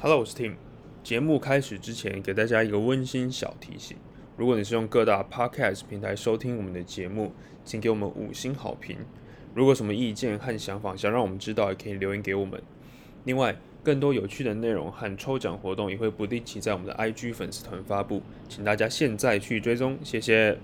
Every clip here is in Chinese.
Hello，我是 Tim。节目开始之前，给大家一个温馨小提醒：如果你是用各大 Podcast 平台收听我们的节目，请给我们五星好评。如果有什么意见和想法想让我们知道，也可以留言给我们。另外，更多有趣的内容和抽奖活动也会不定期在我们的 IG 粉丝团发布，请大家现在去追踪，谢谢。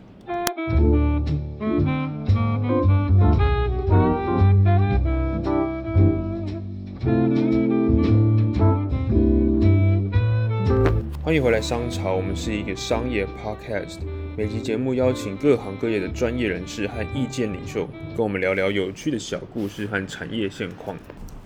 欢迎回来商潮，我们是一个商业 podcast，每集节目邀请各行各业的专业人士和意见领袖，跟我们聊聊有趣的小故事和产业现况。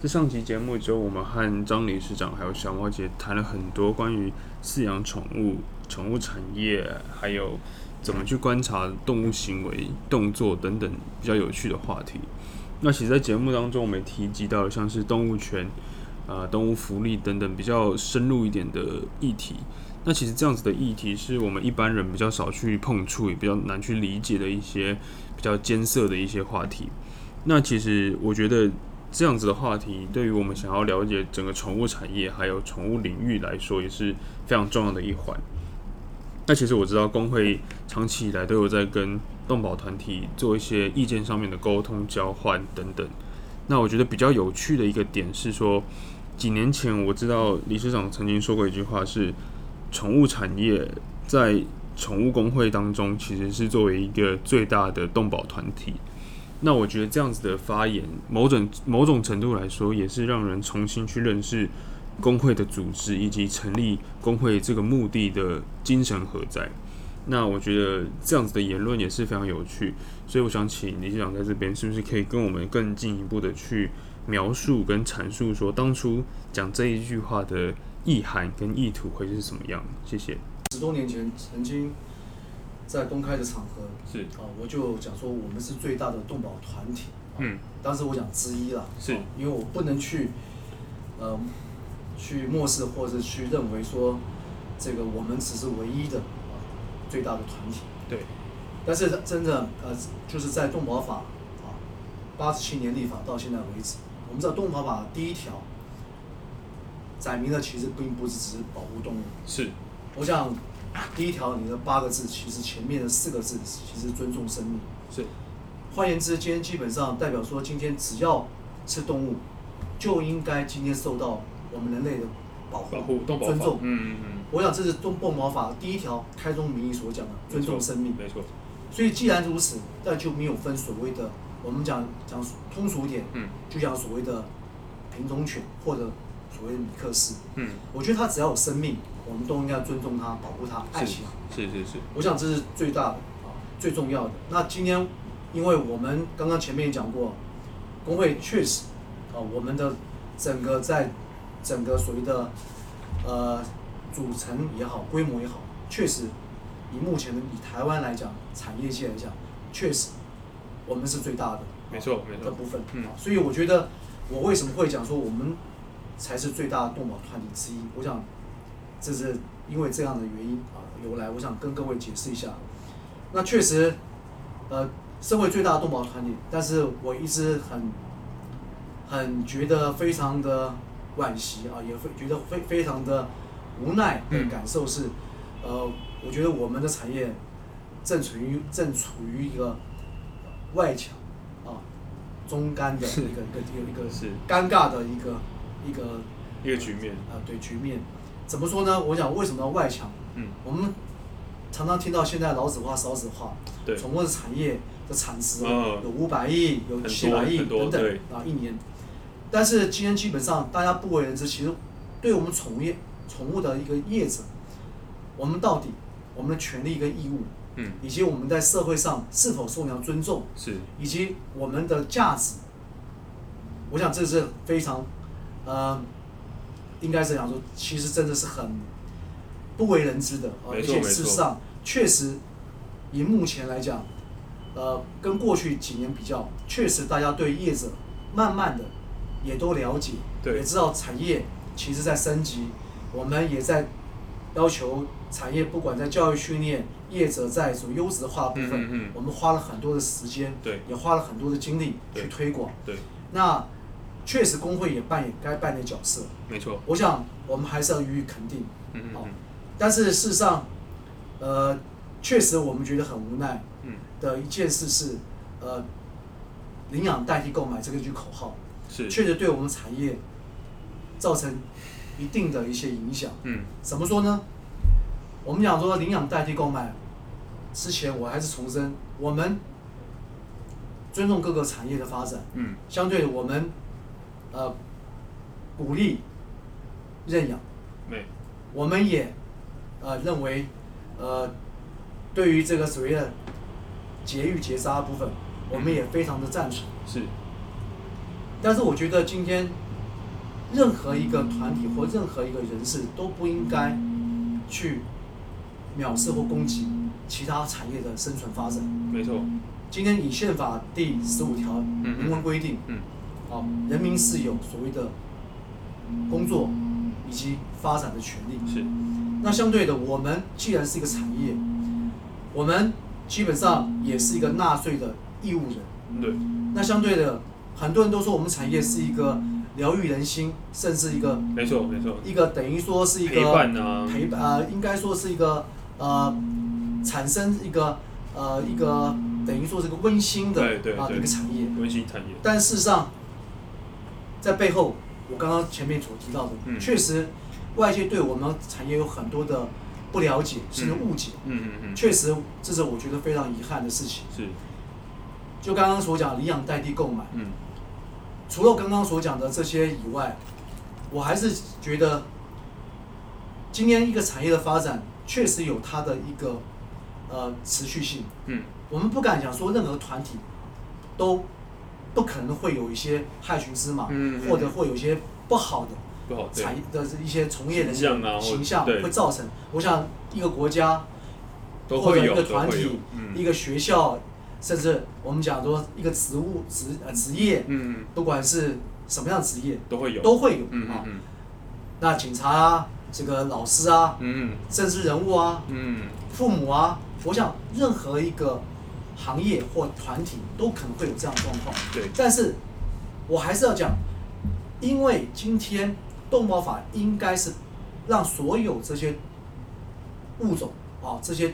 在上期节目只有我们和张理事长还有小猫姐谈了很多关于饲养宠物、宠物产业，还有怎么去观察动物行为、动作等等比较有趣的话题。那其实，在节目当中，我们也提及到像是动物权、呃动物福利等等比较深入一点的议题。那其实这样子的议题是我们一般人比较少去碰触，也比较难去理解的一些比较艰涩的一些话题。那其实我觉得这样子的话题，对于我们想要了解整个宠物产业还有宠物领域来说，也是非常重要的一环。那其实我知道工会长期以来都有在跟动保团体做一些意见上面的沟通交换等等。那我觉得比较有趣的一个点是说，几年前我知道理事长曾经说过一句话是，宠物产业在宠物工会当中其实是作为一个最大的动保团体。那我觉得这样子的发言，某种某种程度来说，也是让人重新去认识工会的组织以及成立工会这个目的的精神何在。那我觉得这样子的言论也是非常有趣，所以我想请理事长在这边是不是可以跟我们更进一步的去描述跟阐述说当初讲这一句话的意涵跟意图会是什么样？谢谢。十多年前曾经在公开的场合是啊、我就讲说我们是最大的动保团体，啊嗯，当时我讲之一啦，是啊因为我不能去呃去漠视或者去认为说这个我们只是唯一的啊、最大的团体，对，但是真的呃就是在动保法啊八十七年立法到现在为止，我们知道动保法第一条载明的其实并不是只是保护动物，是我想，第一条你的八个字，其实前面的四个字其实尊重生命。是换言之，今天基本上代表说，今天只要是动物，就应该今天受到我们人类的保护、尊重。嗯嗯我想这是动动保法第一条开宗明义所讲的尊重生命。没错，所以既然如此，那就没有分所谓的我们讲讲通俗一点，嗯就讲所谓的品种犬或者所谓的米克斯。嗯，我觉得它只要有生命，我们都应该尊重它、保护它、爱是惜它。是是是，我想这是最大的啊，最重要的。那今天，因为我们刚刚前面也讲过，工会确实啊，我们的整个在整个所谓的呃组成也好，规模也好，确实以目前的以台湾来讲，产业界来讲，确实我们是最大的没错没的错，部分。嗯啊所以我觉得我为什么会讲说我们才是最大的动保团体之一？我想这是因为这样的原因啊由来，我想跟各位解释一下。那确实，呃，身为最大的动保团体，但是我一直很很觉得非常的惋惜啊，也非觉得非非常的无奈的嗯感受是，呃，我觉得我们的产业正处于正处于一个外强啊中干的是一个一个一个一个是嗯尴尬的一个一个一个局面，啊、对局面，怎么说呢？我想为什么要外强？嗯我们常常听到现在老子化、少子化，对，宠物的产业的产值嗯有五百亿、有多七百亿很多等等对啊，一年。但是今天基本上大家不为人知，其实对我们宠物业、宠物的一个业者，我们到底我们的权利跟义务，嗯以及我们在社会上是否受到尊重，是以及我们的价值，我想这是非常，呃，应该是讲说，其实真的是很不为人知的啊，没而错且事实上确实，以目前来讲，呃，跟过去几年比较，确实大家对业者慢慢的也都了解，对也知道产业其实在升级，我们也在要求产业不管在教育训练、业者在所优质化部分，嗯嗯嗯我们花了很多的时间，对也花了很多的精力对去推广。对，那确实工会也扮演该扮演的角色。没错，我想我们还是要予以肯定。嗯好嗯但是事实上，呃，确实我们觉得很无奈嗯，的一件事是，呃，领养代替购买这个一句口号，是，确实对我们产业造成一定的一些影响。嗯怎么说呢？我们讲说领养代替购买，之前我还是重申，我们尊重各个产业的发展，嗯相对我们呃鼓励认养，没，我们也呃认为呃对于这个所谓的节育结扎部分，我们也非常的赞成。是，但是我觉得今天任何一个团体或任何一个人士都不应该去藐视或攻击其他产业的生存发展。没错，今天以宪法第十五条嗯明文规定，嗯啊，人民是有所谓的工作以及发展的权利。是，那相对的，我们既然是一个产业，我们基本上也是一个纳税的义务人。对，那相对的，很多人都说我们产业是一个疗愈人心，甚至一个没错没错，一个等于说是一个陪伴啊，陪伴呃，应该说是一个呃，产生一个呃一个等于说是一个温馨的对对啊、对一个产业。温馨产业，但事实上，在背后，我刚刚前面所提到的，嗯确实外界对我们产业有很多的不了解，甚至误解。嗯嗯嗯，确实，这是我觉得非常遗憾的事情。是，就刚刚所讲，领养代替购买，嗯除了刚刚所讲的这些以外，我还是觉得，今天一个产业的发展确实有它的一个呃持续性。嗯我们不敢讲说任何团体都不可能会有一些害群之马，嗯嗯或者会有一些不好的不好，对产，业的一些从业人形象啊或形象对会造成。我想一个国家都或者会一有个都团会有体，、一嗯个学校，甚至我们讲说一个职务职呃职业，嗯嗯不管是什么样的职业，都会有，都会有嗯啊嗯。嗯那警察啊，这个老师啊，嗯政治人物啊，嗯父母啊，我想任何一个行业或团体都可能会有这样的状况。对但是我还是要讲，因为今天动保法应该是让所有这些物种啊，这些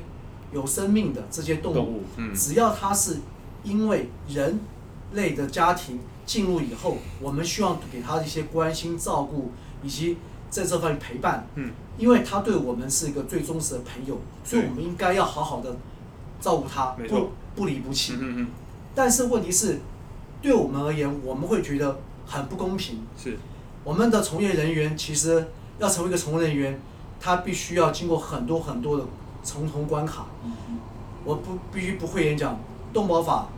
有生命的这些动物，动物嗯只要它是因为人类的家庭进入以后，我们希望给它一些关心、照顾以及在这方面陪伴，嗯因为它对我们是一个最忠实的朋友，所以对我们应该要好好的照顾它，没不错不离不弃。嗯嗯嗯但是问题是，对我们而言，我们会觉得很不公平。是，我们的从业人员其实要成为一个从业人员，他必须要经过很多很多的重重关卡。我不必须不会演讲，动保法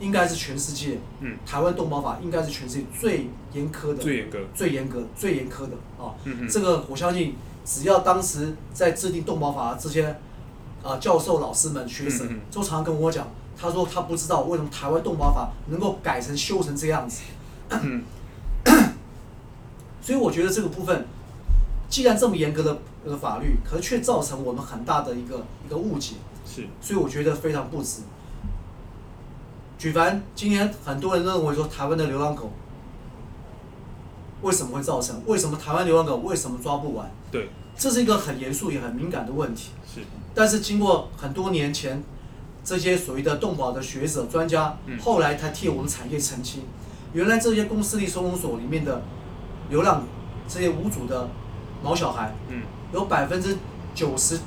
应该是全世界，嗯台湾动保法应该是全世界最严苛的、最严格，最严格、最严苛的啊。嗯嗯这个我相信，只要当时在制定动保法的这些啊、呃教授、老师们、学生，嗯嗯都常常跟我讲，他说他不知道为什么台湾动保法能够改成修成这样子。嗯 所以我觉得这个部分，既然这么严格的呃法律，可是却造成我们很大的一个一个误解，是，所以我觉得非常不值。举凡今天很多人认为说台湾的流浪狗为什么会造成，为什么台湾流浪狗为什么抓不完，对这是一个很严肃也很敏感的问题。是，但是经过很多年前这些所谓的动保的学者专家嗯，后来才替我们产业澄清，原来这些公私立收容所里面的流浪这些无主的毛小孩，嗯有百分之九十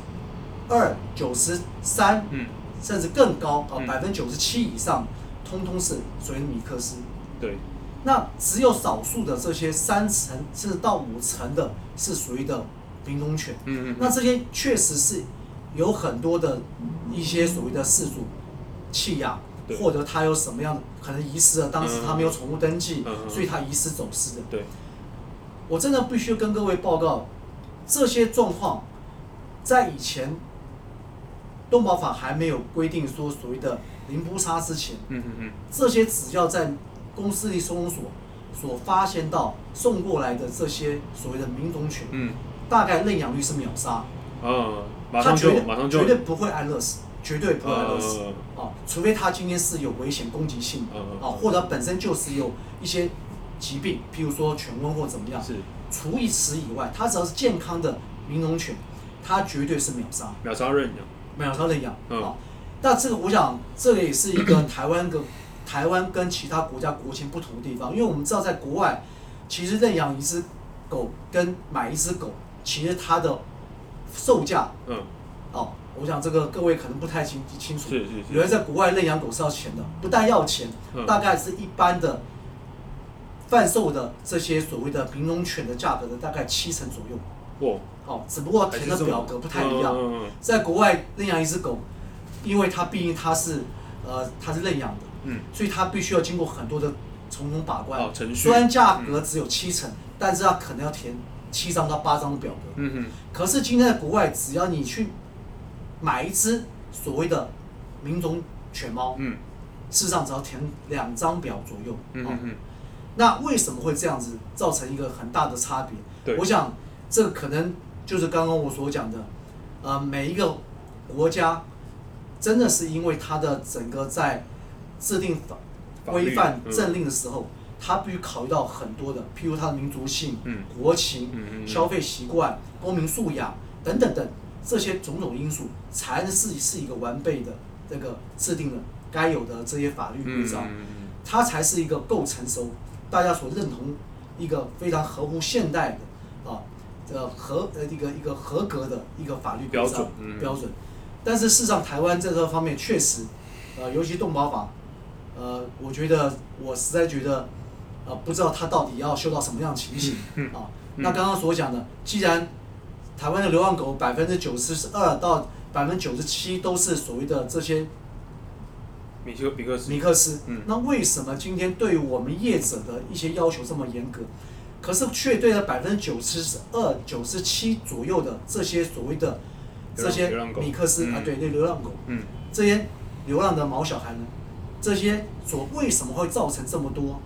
二、九十三，嗯甚至更高啊嗯，百分之九十七以上，通通是所谓的米克斯。对那只有少数的这些三成甚至到五成的是属于的品种犬，嗯嗯那这些确实是有很多的一些所谓的事主弃养对，或者他有什么样的可能遗失了，当时他没有宠物登记，嗯嗯嗯所以他遗失走失的。对我真的必须跟各位报告，这些状况在以前动保法还没有规定说所谓的零扑杀之前，嗯嗯嗯这些只要在公司里收容所所发现到送过来的这些所谓的名种犬，嗯大概认养率是秒杀。啊，马他上绝就对马上就绝对不会安乐死，绝对不会安乐死哦呃啊！除非他今天是有危险攻击性的嗯嗯啊，或者本身就是有一些疾病，譬如说犬瘟或怎么样，是除以此以外，它只要是健康的民农犬，它绝对是秒杀，秒杀认养，秒杀的养啊、嗯那这个我想，这个也是一个台湾跟台湾跟其他国家国情不同的地方，因为我们知道在国外，其实认养一只狗跟买一只狗，其实它的售价嗯，哦，我想这个各位可能不太清清楚，是是原来是，在国外认养狗是要钱的，不但要钱，嗯大概是一般的贩售的这些所谓的民农犬的价格的大概七成左右。哇，哦，只不过还填是的这么表格不太一样。嗯嗯在国外认养一只狗，因为它毕竟它是呃它是认养的，嗯，所以它必须要经过很多的重重把关。哦程序虽然价格只有七成，但是它可能要填七张到八张的表格。嗯嗯可是今天在国外，只要你去买一只所谓的名种犬猫，嗯事实上只要填两张表左右。嗯哦嗯嗯，那为什么会这样子造成一个很大的差别对？我想这个可能就是刚刚我所讲的，呃，每一个国家真的是因为它的整个在制定法法律规范嗯政令的时候，它必须考虑到很多的，譬如它的民族性、嗯国情、嗯嗯嗯消费习惯、公民素养等等等这些种种因素，才能是是一个完备的这个制定的该有的这些法律规章。嗯嗯它才是一个够成熟，大家所认同一个非常合乎现代的啊，呃合呃一个一个合格的一个法律规标章准嗯标准。但是事实上，台湾在这方面确实，呃，尤其动保法，呃，我觉得我实在觉得，呃，不知道它到底要修到什么样的情形嗯啊。那刚刚所讲的，既然台湾的流浪狗百分之九十二到百分之九十七都是所谓的这些米克米克斯，米克斯。嗯那为什么今天对我们业者的一些要求这么严格，可是却对了百分之九十二、九十七左右的这些所谓的这些流浪狗米克斯、啊嗯，对，那流浪狗，嗯这些流浪的毛小孩呢，这些所为什么会造成这么多？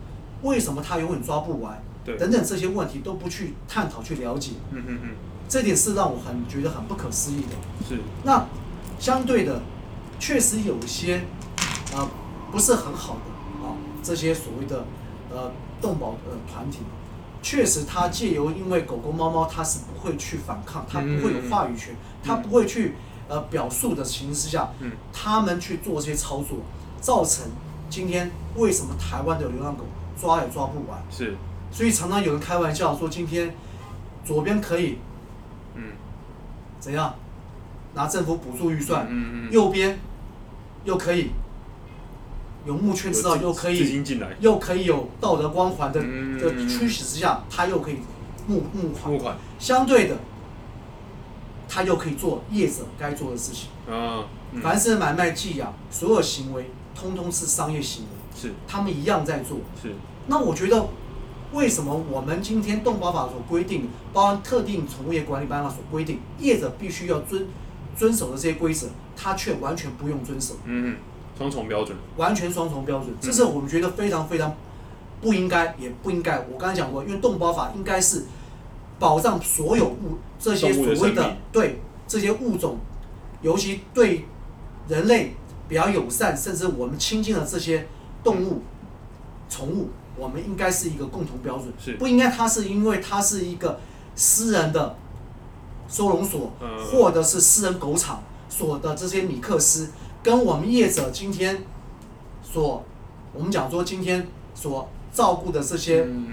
为什么他永远抓不完？对等等这些问题都不去探讨、去了解，嗯嗯嗯，这点是让我很觉得很不可思议的。是，那相对的，确实有一些呃不是很好的啊，这些所谓的呃动保呃团体，确实它借由因为狗狗猫猫它是不会去反抗，它不会有话语权，它不会去呃表述的情形之下，嗯他们去做这些操作，造成今天为什么台湾的流浪狗抓也抓不完，是，所以常常有人开玩笑说今天左边可以嗯怎样拿政府补助预算，嗯嗯，右边又可以有募圈之道，又可资以金进来，又可以有道德光环的嗯的驱使之下，他又可以募募募款，款相对的，他又可以做业者该做的事情。啊，嗯凡是买卖、寄养，所有行为通通是商业行为，是他们一样在做。是，那我觉得，为什么我们今天动保法所规定，包含特定宠物业管理办法所规定，业者必须要遵遵守的这些规则，他却完全不用遵守，嗯嗯，双重标准，完全双重嗯标准，这是我们觉得非常非常不应该，也不应该。我刚才讲过，因为动保法应该是保障所有物这些动物所的谓生的命对这些物种，尤其对人类比较友善，甚至我们亲近的这些动嗯物、宠物，我们应该是一个共同标准，是不应该它是因为它是一个私人的收容所，嗯或者是私人狗场所的这些米克斯，跟我们业者今天所我们讲说今天所照顾的这些、嗯，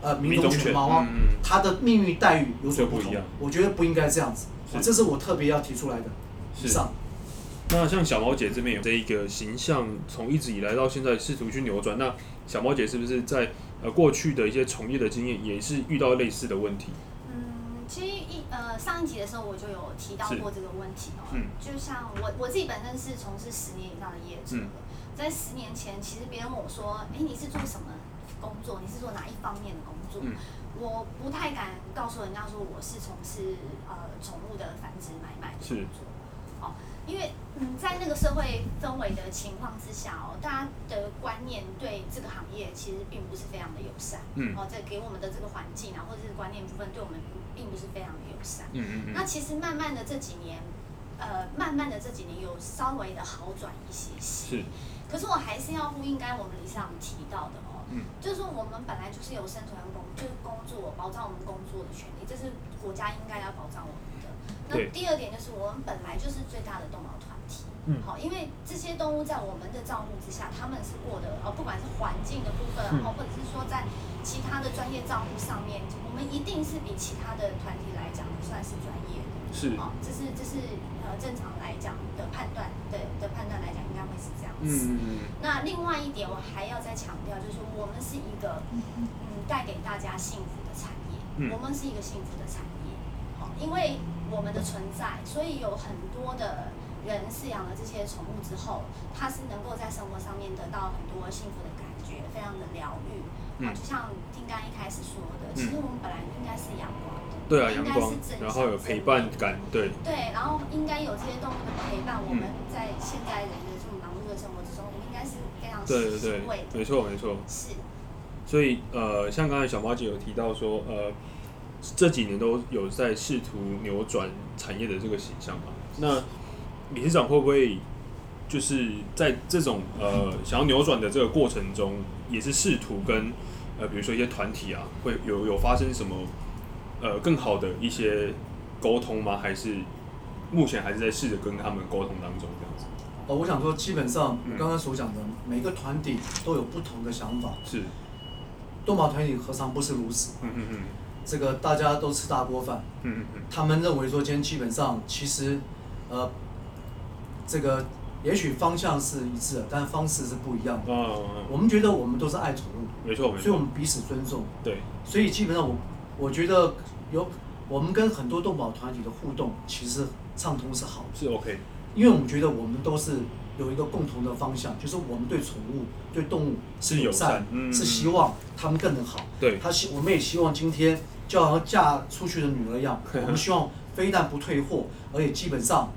呃民民种众犬犬猫啊嗯嗯，它的命运待遇有所就不不一同样，我觉得不应该这样子，是啊这是我特别要提出来的。以是。上，那像小毛姐这边有这一个形象，从一直以来到现在试图去扭转。那小毛姐是不是在呃过去的一些从业的经验，也是遇到类似的问题？嗯，其实一呃上一集的时候我就有提到过这个问题哦、嗯就像我我自己本身是从事十年以上的业者嗯了，在十年前，其实别人问我说，哎、你是做什么工作？你是做哪一方面的工作？嗯我不太敢告诉人家说我是从事呃宠物的繁殖买卖的工作。哦，因为嗯，在那个社会氛围的情况之下哦，大家的观念对这个行业其实并不是非常的友善。嗯哦，在给我们的这个环境啊，或者是观念部分，对我们并不是非常的友善。嗯嗯那其实慢慢的这几年，呃，慢慢的这几年有稍微的好转一些些。是可是我还是要呼应刚才我们理事长提到的哦，嗯就是说我们本来就是有生存工，就是工作保障我们工作的权利，这是国家应该要保障我们的。对那第二点就是我们本来就是最大的动保团体，嗯好，因为这些动物在我们的照顾之下，他们是过得呃，不管是环境的部分，嗯然后或者是说在其他的专业照顾上面，我们一定是比其他的团体来讲算是专业的。是哦，这是这是呃正常来讲的判断的的判断来讲，应该会是这样嗯嗯子。嗯那另外一点，我还要再强调，就是说我们是一个嗯带给大家幸福的产业，嗯我们是一个幸福的产业，好、因为我们的存在，所以有很多的人饲养了这些宠物之后，他是能够在生活上面得到很多幸福的感觉，非常的疗愈。嗯好就像听刚一开始说的，其实我们本来应该是阳光的，对啊，阳应该光是正，然后有向陪正伴面的感，对，对，然后应该有这些动物的陪伴，我们在现在人的这么忙碌的生活之中，我们应该是非常对对欣慰对，的。没错没错。是，所以呃，像刚才小猫姐有提到说，呃，这几年都有在试图扭转产业的这个形象嘛。那理事长会不会就是在这种呃想要扭转的这个过程中，也是试图跟呃比如说一些团体啊，会有有发生什么呃更好的一些沟通吗？还是目前还是在试着跟他们沟通当中这样子？哦，我想说，基本上嗯我刚刚所讲的，每个团体都有不同的想法，是，动保团体何尝不是如此？嗯嗯嗯这个大家都吃大锅饭，嗯嗯嗯，他们认为说今天基本上其实，呃，这个也许方向是一致的，但方式是不一样的。哦、我们觉得我们都是爱宠物，没错没所以我错，们彼此尊重，对，所以基本上我我觉得有我们跟很多动保团体的互动其实畅通是好的，是 OK，因为我们觉得我们都是有一个共同的方向，就是我们对宠物、对动物是是友友善善，嗯是希望他们更能好。对，他希我们也希望今天就好像嫁出去的女儿一 样，我们希望非但不退货，而且基本上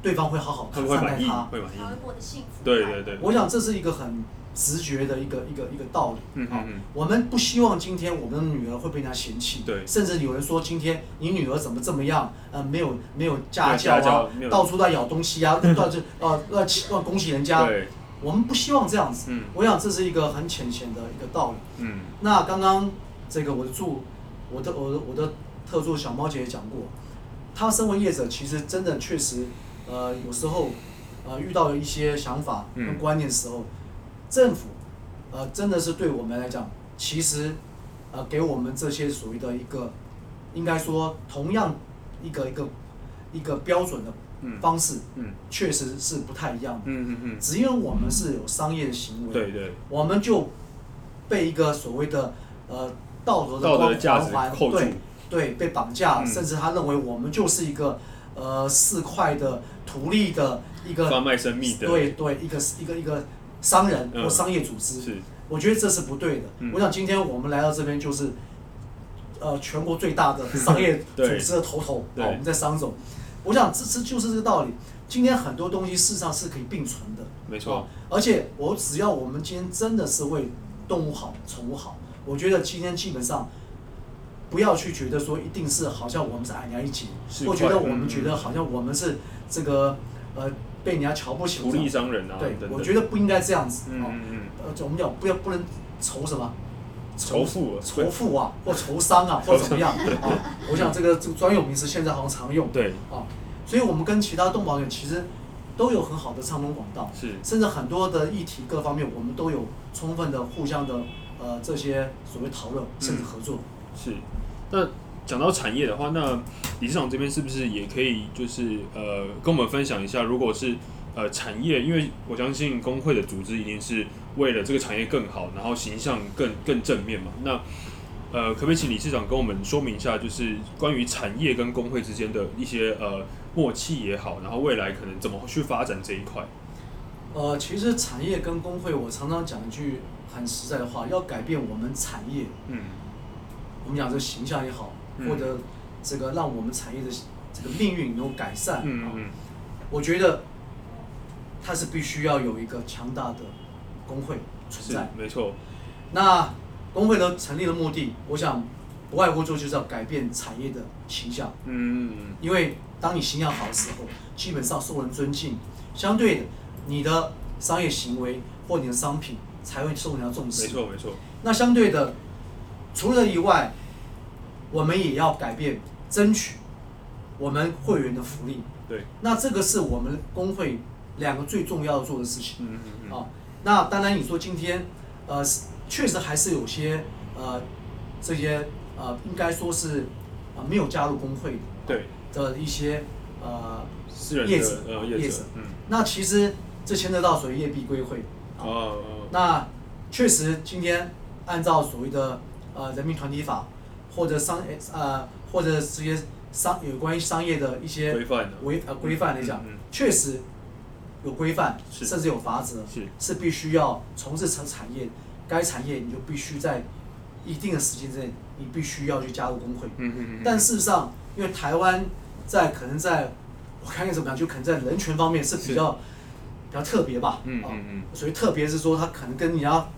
对方会好好他看们会待满意，他。会满才会意。过得幸福。对对。对，我想这是一个很直觉的一个一个一个道理。嗯啊嗯嗯我们不希望今天我们的女儿会被人家嫌弃，对甚至有人说今天你女儿怎么这么样，呃，没有没有没家教有家啊教没有，嗯到处乱咬东西啊，乱就呃乱欺乱攻击人家，对，我们不希望这样子。嗯我想这是一个很浅显的一个道理。嗯，那刚刚这个我的助，我的我的我的特助小猫姐也讲过，她身为业者，其实真的确实，呃，有时候呃遇到了一些想法嗯跟观念的时候，政府呃真的是对我们来讲，其实呃给我们这些所谓的一个，应该说同样一个一个一个标准的嗯方式，嗯确实是不太一样的。嗯嗯嗯，只因为我们是有商业的行为，对对，我们就被一个所谓的呃道德的道德的光价值环扣住对对被绑架，嗯甚至他认为我们就是一个呃市侩的图利的一个贩卖生命的，对对一个一个一个商人嗯或商业组织，是，我觉得这是不对的。嗯我想今天我们来到这边就是。呃，全国最大的 商业组对织的头头，对啊，我们在商总，我想这这就是这个道理。今天很多东西事实上是可以并存的，没错，而且我只要我们今天真的是为动物好、宠物好，我觉得今天基本上不要去觉得说一定是好像我们是矮人一截是，或觉得快我嗯们觉得好像我们是这个呃被人家瞧不起图这利样。商人啊，对，等我等觉，得不应该这样子。嗯哦嗯嗯，呃，我们讲不要不能仇什么。仇富仇富啊，或仇商 啊，或怎么样啊？我想这个这个专有名词现在好像常用。对，啊，所以我们跟其他动保人其实都有很好的畅通管道。是，甚至很多的议题各方面，我们都有充分的互相的呃这些所谓讨论，嗯甚至合作。是，那讲到产业的话，那理事长这边是不是也可以就是呃跟我们分享一下，如果是呃产业，因为我相信工会的组织一定是为了这个产业更好，然后形象更更正面嘛。那呃，可不可以请理事长跟我们说明一下，就是关于产业跟工会之间的一些呃默契也好，然后未来可能怎么去发展这一块？呃，其实产业跟工会，我常常讲一句很实在的话，要改变我们产业，嗯，我们讲这个形象也好，嗯或者这个让我们产业的这个命运有改善，嗯啊嗯我觉得它是必须要有一个强大的工会嗯，存是在。没错，那工会的成立的目的，我想不外乎就是要改变产业的形象。嗯因为当你形象好的时候，基本上受人尊敬，相对的，你的商业行为或你的商品才会受人家重视。没错没错，那相对的，除了以外，我们也要改变，争取我们会员的福利。对，那这个是我们工会两个最重要要做的事情。嗯嗯嗯，啊，那当然你说今天，呃，是确实还是有些呃，这些呃，应该说是呃没有加入工会对，的一些呃，私人业的者呃业业者嗯，那其实这牵扯到所谓业必归会啊。哦哦，那确实今天按照所谓的呃人民团体法或者商呃或者这些商有关于商业的一些规范的，规呃规范来讲嗯嗯嗯，确实有规范，是甚至有法则，是是必须要从事产产业，该产业你就必须在一定的时间之内，你必须要去加入工会。嗯嗯嗯，但事实上，因为台湾在可能在我看看怎么讲，就可能在人权方面是比较比较特别吧，嗯啊嗯嗯所以特别是说它可能跟你要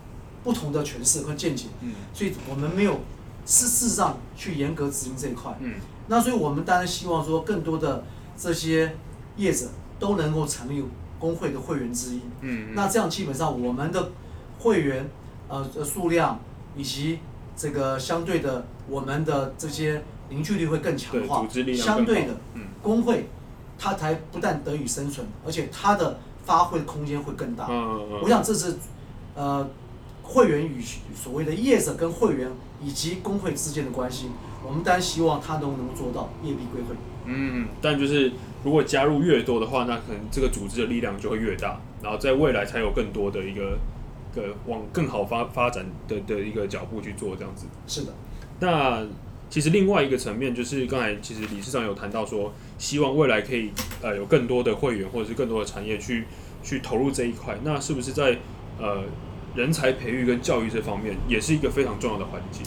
不同的诠释和见解，嗯所以我们没有事事实上去严格执行这一块。嗯那所以我们当然希望说，更多的这些业者都能够成立工会的会员之一。嗯，那这样基本上我们的会员呃呃数量以及这个相对的我们的这些凝聚力会更强对化，组织力量更好相对的嗯工会它才不但得以生存，而且它的发挥空间会更大。嗯嗯，我想这是呃会员与所谓的业者跟会员以及工会之间的关系，我们当然希望他都能够做到业必归会。嗯，但就是如果加入越多的话，那可能这个组织的力量就会越大，然后在未来才有更多的一个个往更好发发展的的一个脚步去做这样子。是的，那其实另外一个层面就是刚才其实理事长有谈到说，希望未来可以呃有更多的会员或者是更多的产业去去投入这一块，那是不是在呃人才培育跟教育这方面也是一个非常重要的环节？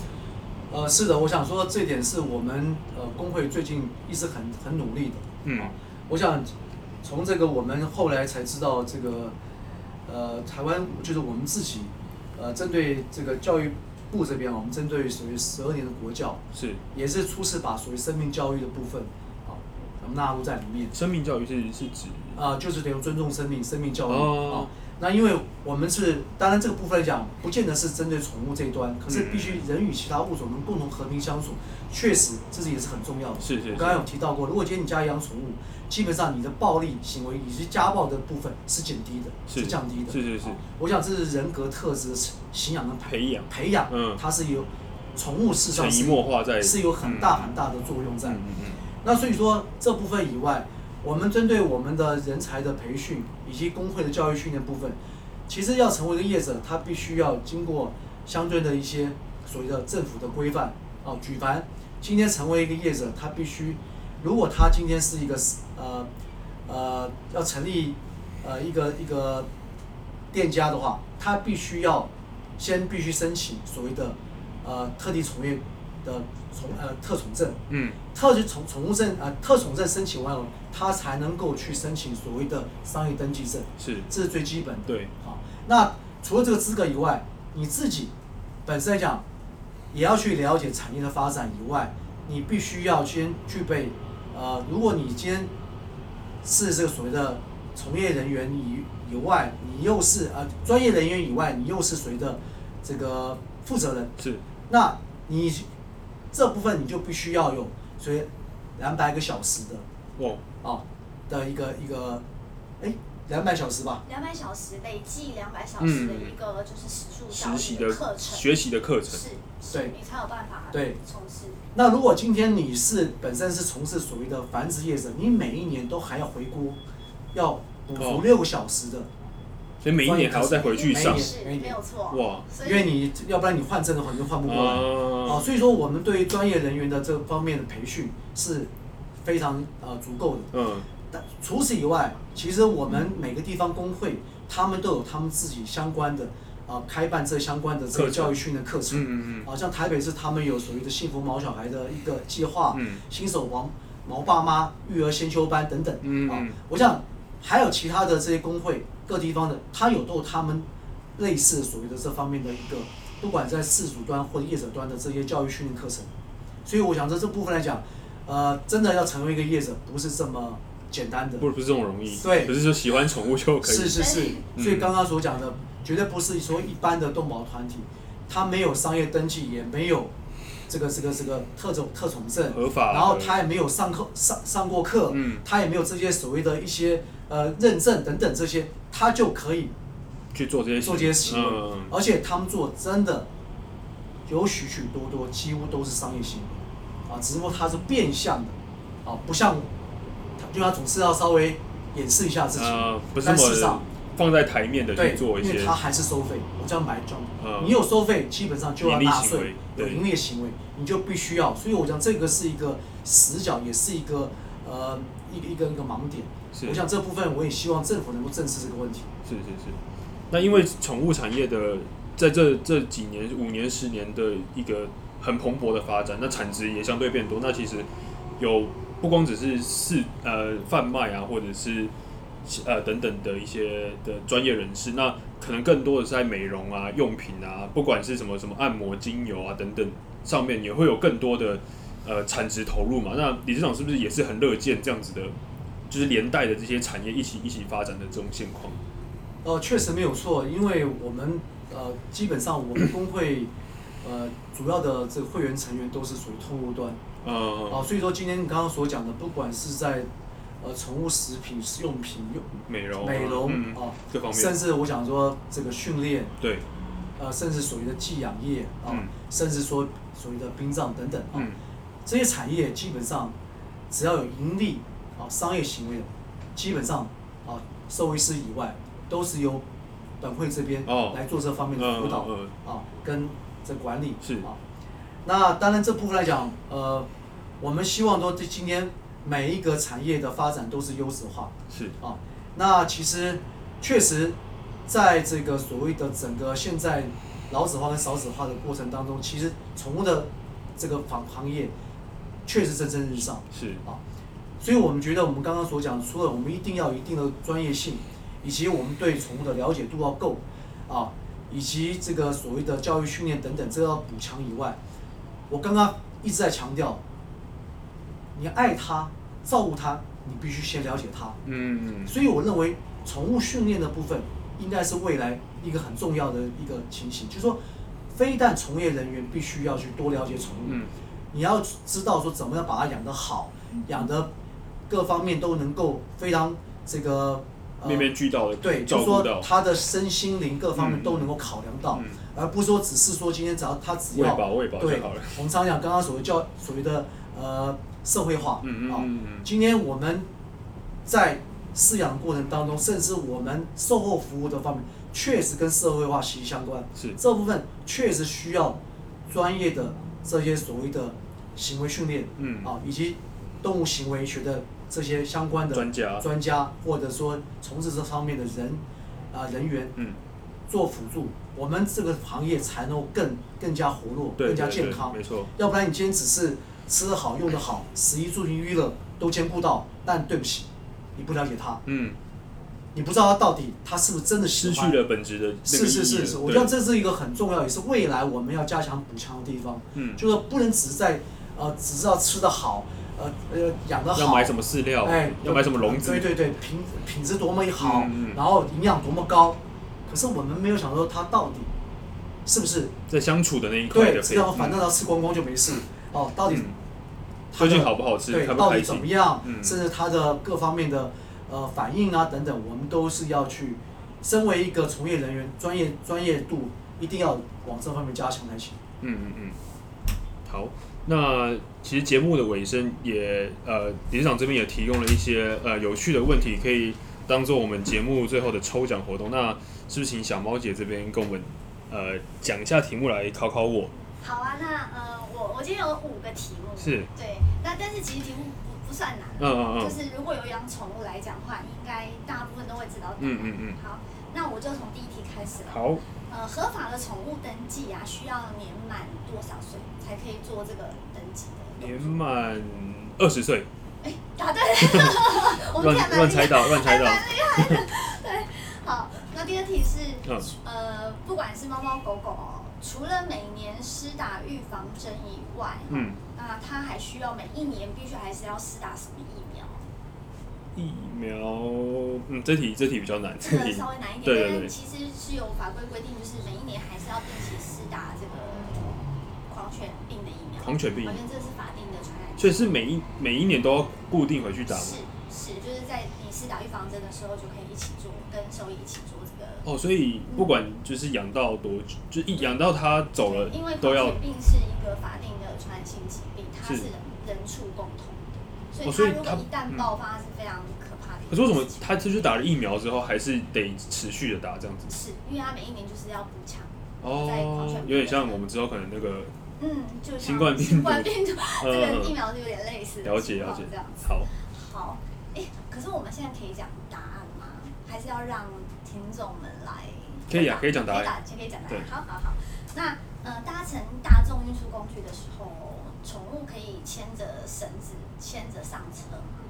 呃，是的，我想说这点是我们呃工会最近一直很很努力的。嗯我想从这个我们后来才知道，这个呃台湾就是我们自己呃针对这个教育部这边，我们针对所谓十二年的国教，是也是初次把所谓生命教育的部分啊，我们纳入在里面。生命教育是是指啊、就是等于尊重生命、生命教育啊、哦那因为我们是，当然这个部分来讲，不见得是针对宠物这一端，可嗯是必须人与其他物种能共同和平相处，确实这是也是很重要的。是是我刚刚有提到过，如果今天你家养宠物，基本上你的暴力行为以及家暴的部分是减低的，是降低的。是是是啊我想这是人格特质的信仰跟培养培养，嗯它是有宠物事实上潜移是默化在是有很大很大的作用在。嗯嗯嗯那所以说这部分以外，我们针对我们的人才的培训以及工会的教育训练部分，其实要成为一个业者，他必须要经过相对的一些所谓的政府的规范啊。举凡今天成为一个业者，他必须，如果他今天是一个呃呃要成立呃一个一个店家的话，他必须要先必须申请所谓的呃特定从业的从呃特宠证。嗯特许宠宠物证啊、呃特宠证申请完了，他才能够去申请所谓的商业登记证，是这是最基本的。对好，那除了这个资格以外，你自己本身来讲，也要去了解产业的发展以外，你必须要先具备，呃，如果你今天是这个所谓的从业人员以以外，你又是呃专业人员以外，你又是谁的这个负责人，是那你这部分你就必须要有，所以两百个小时的哦啊的一个一个，哎，两百小时吧，两百小时累计两百小时的一个就是时数教实习育的的课程，嗯学习的课程是，对是你才有办法呃对从事。那如果今天你是本身是从事所谓的繁殖业者，你每一年都还要回估，要补哦足六个小时的，所以每一年还要再回去上每一年是没有错。哇所以因为你要不然你换证的话你就换不过来。啊，啊，所以说我们对于专业人员的这方面的培训是非常呃足够的。嗯但除此以外，其实我们每个地方工会，他们都有他们自己相关的，呃，开办这相关的这课个程教育训练课嗯程。嗯啊，像台北市他们有所谓的“幸福毛小孩”的一个计划，嗯新手王毛爸妈育儿先修班等等。嗯啊嗯，我想还有其他的这些工会，各地方的，他有都有他们类似所谓的这方面的一个，不管在事主端或者业者端的这些教育训练课程。所以我想在这部分来讲，呃，真的要成为一个业者，不是这么简单的嗯，。不不是这种容易，对不是说喜欢宠物就可以，是是是，嗯所以刚刚所讲的，绝对不是说一般的动保团体，它没有商业登记，也没有这个这个这个特种特种证，合法的然后他也没有上课上上过课，嗯他也没有这些所谓的一些呃认证等等这些，他就可以去做这些做这些行为，嗯而且他们做真的有许许多多，几乎都是商业行为啊，只不过它是变相的啊，不像就他总是要稍微掩饰一下自己，呃，不是那但事实么上放在台面的对去，做一因为些他还是收费，我这样买装，嗯你有收费，基本上就要盈利纳行税为，有对盈利的行为，你就必须要，所以我讲这个是一个死角，也是一个呃一个一个一个盲点。是我想这部分我也希望政府能够正视这个问题。是是是。那因为宠物产业的在这这几年五年十年的一个很蓬勃的发展，那产值也相对变多。那其实有不光只是市呃贩卖啊，或者是呃等等的一些的专业人士，那可能更多的是在美容啊、用品啊，不管是什么什么按摩精油啊等等上面，也会有更多的呃产值投入嘛。那理事长是不是也是很乐见这样子的，就是连带的这些产业一起一起发展的这种现况？呃，确实没有错，因为我们呃，基本上我们工会呃主要的这个会员成员都是属于通路端啊、嗯，所以说今天你刚刚所讲的，不管是在呃宠物食品、食用品、用美容啊、美容嗯啊、各方甚面，至我想说这个训练，对，呃，甚至所谓的寄养业啊、嗯甚至说所谓的殡葬等等啊、嗯，这些产业基本上只要有盈利啊、商业行为的，基本上啊、兽医师以外都是由本会这边哦来做这方面的辅导啊、嗯嗯跟这管理是啊、那当然这部分来讲，呃，我们希望说这今天每一个产业的发展都是优质化是，啊、那其实确实在这个所谓的整个现在老子化跟少子化的过程当中，其实宠物的这个行行业确实蒸蒸日上。是，啊。所以我们觉得我们刚刚所讲，除了我们一定要有一定的专业性，以及我们对宠物的了解度要够啊，以及这个所谓的教育训练等等，这个要补强以外，我刚刚一直在强调，你爱它、照顾它，你必须先了解它。嗯，所以我认为宠物训练的部分应该是未来一个很重要的一个情形，就是说，非但从业人员必须要去多了解宠物，嗯，你要知道说怎么样把它养得好，养得各方面都能够非常这个、呃、面面俱到的，对，就照是顾说到，他的身心灵各方面都能够考量到，嗯而不是说只是说今天只要他只喂要饱喂饱对就好了，我们常讲刚刚所谓叫所谓的呃社会化，嗯嗯啊嗯嗯今天我们在饲养过程当中，甚至我们售后服务的方面，确实跟社会化息息相关。是这部分确实需要专业的这些所谓的行为训练，嗯啊，以及动物行为学的这些相关的专家专家或者说从事这方面的人啊、人员嗯，做辅助，我们这个行业才能够更更加活络，对，更加对健对康没。错，要不然你今天只是吃得好、用得好，食衣住行娱乐都兼顾到，但对不起，你不了解他，嗯，你不知道他到底他是不是真的喜失欢去了本质的那个是是意义是了是，我对觉得这是一个很重要，也是未来我们要加强补强的地方。嗯就是不能只是在呃，只知道吃得好，呃呃，养得好，要买什么饲料，哎，要买什么笼子对，对对，品品质多么好，嗯嗯然后营养多么高，可是我们没有想说它到底是不是在相处的那一块对，的只配，要嗯反正要吃光光就没事哦，到底嗯它究的竟好不好吃，对，开不到开底怎心么，样，嗯甚至它的各方面的呃反应啊等等，我们都是要去，身为一个从业人员，专业专业度一定要往这方面加强才行。嗯嗯嗯，好，那其实节目的尾声也呃，理事长这边也提供了一些呃有趣的问题，可以当做我们节目最后的抽奖活动。那是不是请小猫姐这边跟我们呃讲一下题目来考考我？好啊，那呃，我我今天有五个题目，是，对，那但是其实题目不不算难，啊嗯嗯就嗯，是如果有养宠物来讲的话，应该大部分都会知道答案。嗯嗯嗯好，那我就从第一题开始了。好，呃，合法的宠物登记啊，需要年满多少岁才可以做这个登记的动年作？满二十岁，哎，答 对了，我乱们看乱猜到，乱猜到，好，那第二题是，嗯呃，不管是猫猫狗狗哦，除了每年施打预防针以外，嗯，那它还需要每一年必须还是要施打什么疫苗？疫苗，嗯，这题这题比较难，这这个题呃稍微难一点，对对但对是其实是有法规规定，就是每一年还是要定期施打这个狂犬病的疫苗，狂犬病好，像这是法定的传染所以是每一每一年都要固定回去打吗。是是，就是在你施打预防针的时候就可以一起做，跟兽医一起做这个。哦，所以不管就是养到多久，就一养到它走了因为都狂要犬病是一个法定的传染性疾病，它是是人人畜共通的，哦所所以以它它如果一旦嗯爆发是非常可怕的一可件事情。是为什么他就是打了疫苗之后，还是得持续的打这样子？是因为它每一年就是要补强，在哦狂犬，病有点像我们之后可能那个嗯，就像新冠病毒新 冠病毒这个呃，疫苗是有点类似的了解情了况解这样，子。好，好，哎、可是我们现在可以讲答案吗？还是要让听众们来？可以啊可以讲答案可以讲答对案。好好好。那呃，搭乘大众运输工具的时候，宠物可以牵着绳子牵着上车吗？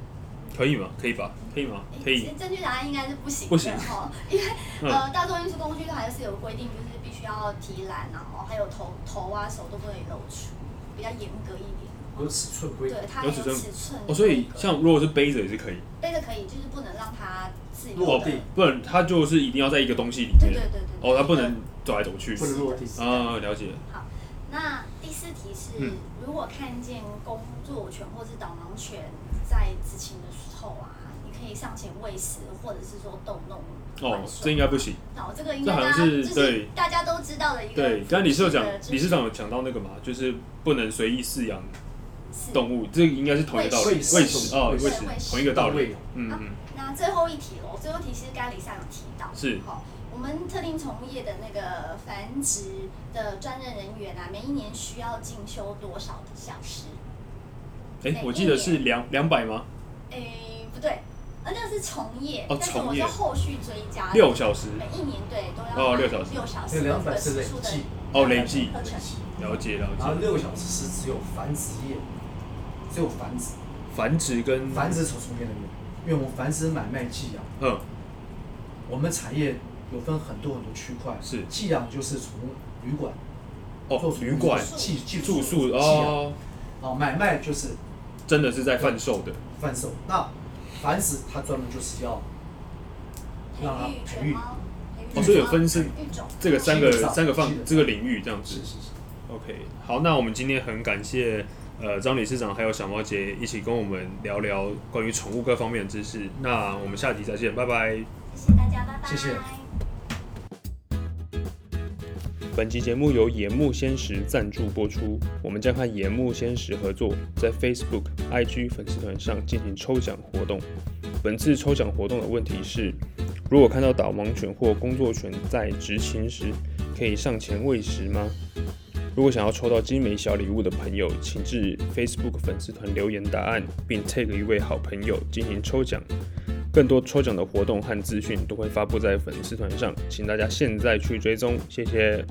可以吗？可以吧？可以吗？诶可以其实。正确答案应该是不行不行嗯的 哈，因为呃，大众运输工具它还是有规定，就是必须要提篮，然后还有头头啊手都不能露出，比较严格一点。有尺寸规定，对，它有有尺尺寸寸的哦，所以规格像如果是背着也是可以，背着可以，就是不能让它自由落的地不然它就是一定要在一个东西里对面对。对对。对哦，它不能。走来走去。不能落地。啊，了解。那第四题是，嗯如果看见工作犬或是导盲犬在执勤的时候啊，你可以上前喂食，或者是说逗弄。哦，这应该不。行。哦，这个应这该好大像家是就是对大家都知道的一个。对，刚才理事长的讲知，识理事长有讲到那个嘛，就是不能随意饲养是动物，这个应该是同一个道理，喂食喂食哦，喂喂食食喂食同一个道理喂。嗯嗯，那最后一题喽，最后一题是刚才李尚有提到，是好、我们特定宠物业的那个繁殖的专任人员啊，每一年需要进修多少个小时？哎，我记得是两两百吗？诶，不对，呃，那个是从业，哦但是我从是业后续追加的六小时每一年对都要哦拿六小时六小这时两百是累的数的计，哦累计课程了解了然后解。六小时是只有繁殖业，只有繁殖，繁殖跟繁殖从从业人员，因为我们繁殖买卖寄养，嗯我们产业有分很多很多区块，是寄养就是宠物旅馆，做哦宠物旅馆寄寄住宿寄养，哦，哦买卖就是真的是在贩售的贩售，那繁殖它专门就是要让它培育培犬育猫，哦，培育所以有猫分是育种这个三个基本上三个基范本上这个领域这样子是。是是。 OK，好，那我们今天很感谢呃张理事长还有小猫姐一起跟我们聊聊关于宠物各方面的知识。那我们下集再见，拜拜。谢谢大家，拜拜。谢谢本集节目由野木鲜食赞助播出，我们将和野木鲜食合作，在 Facebook、IG 粉丝团上进行抽奖活动。本次抽奖活动的问题是：如果看到导盲犬或工作犬在执勤时，可以上前喂食吗？如果想要抽到精美小礼物的朋友，请至 Facebook 粉丝团留言答案，并 tag 一位好朋友进行抽奖。更多抽奖的活动和资讯都会发布在粉丝团上，请大家现在去追踪，谢谢。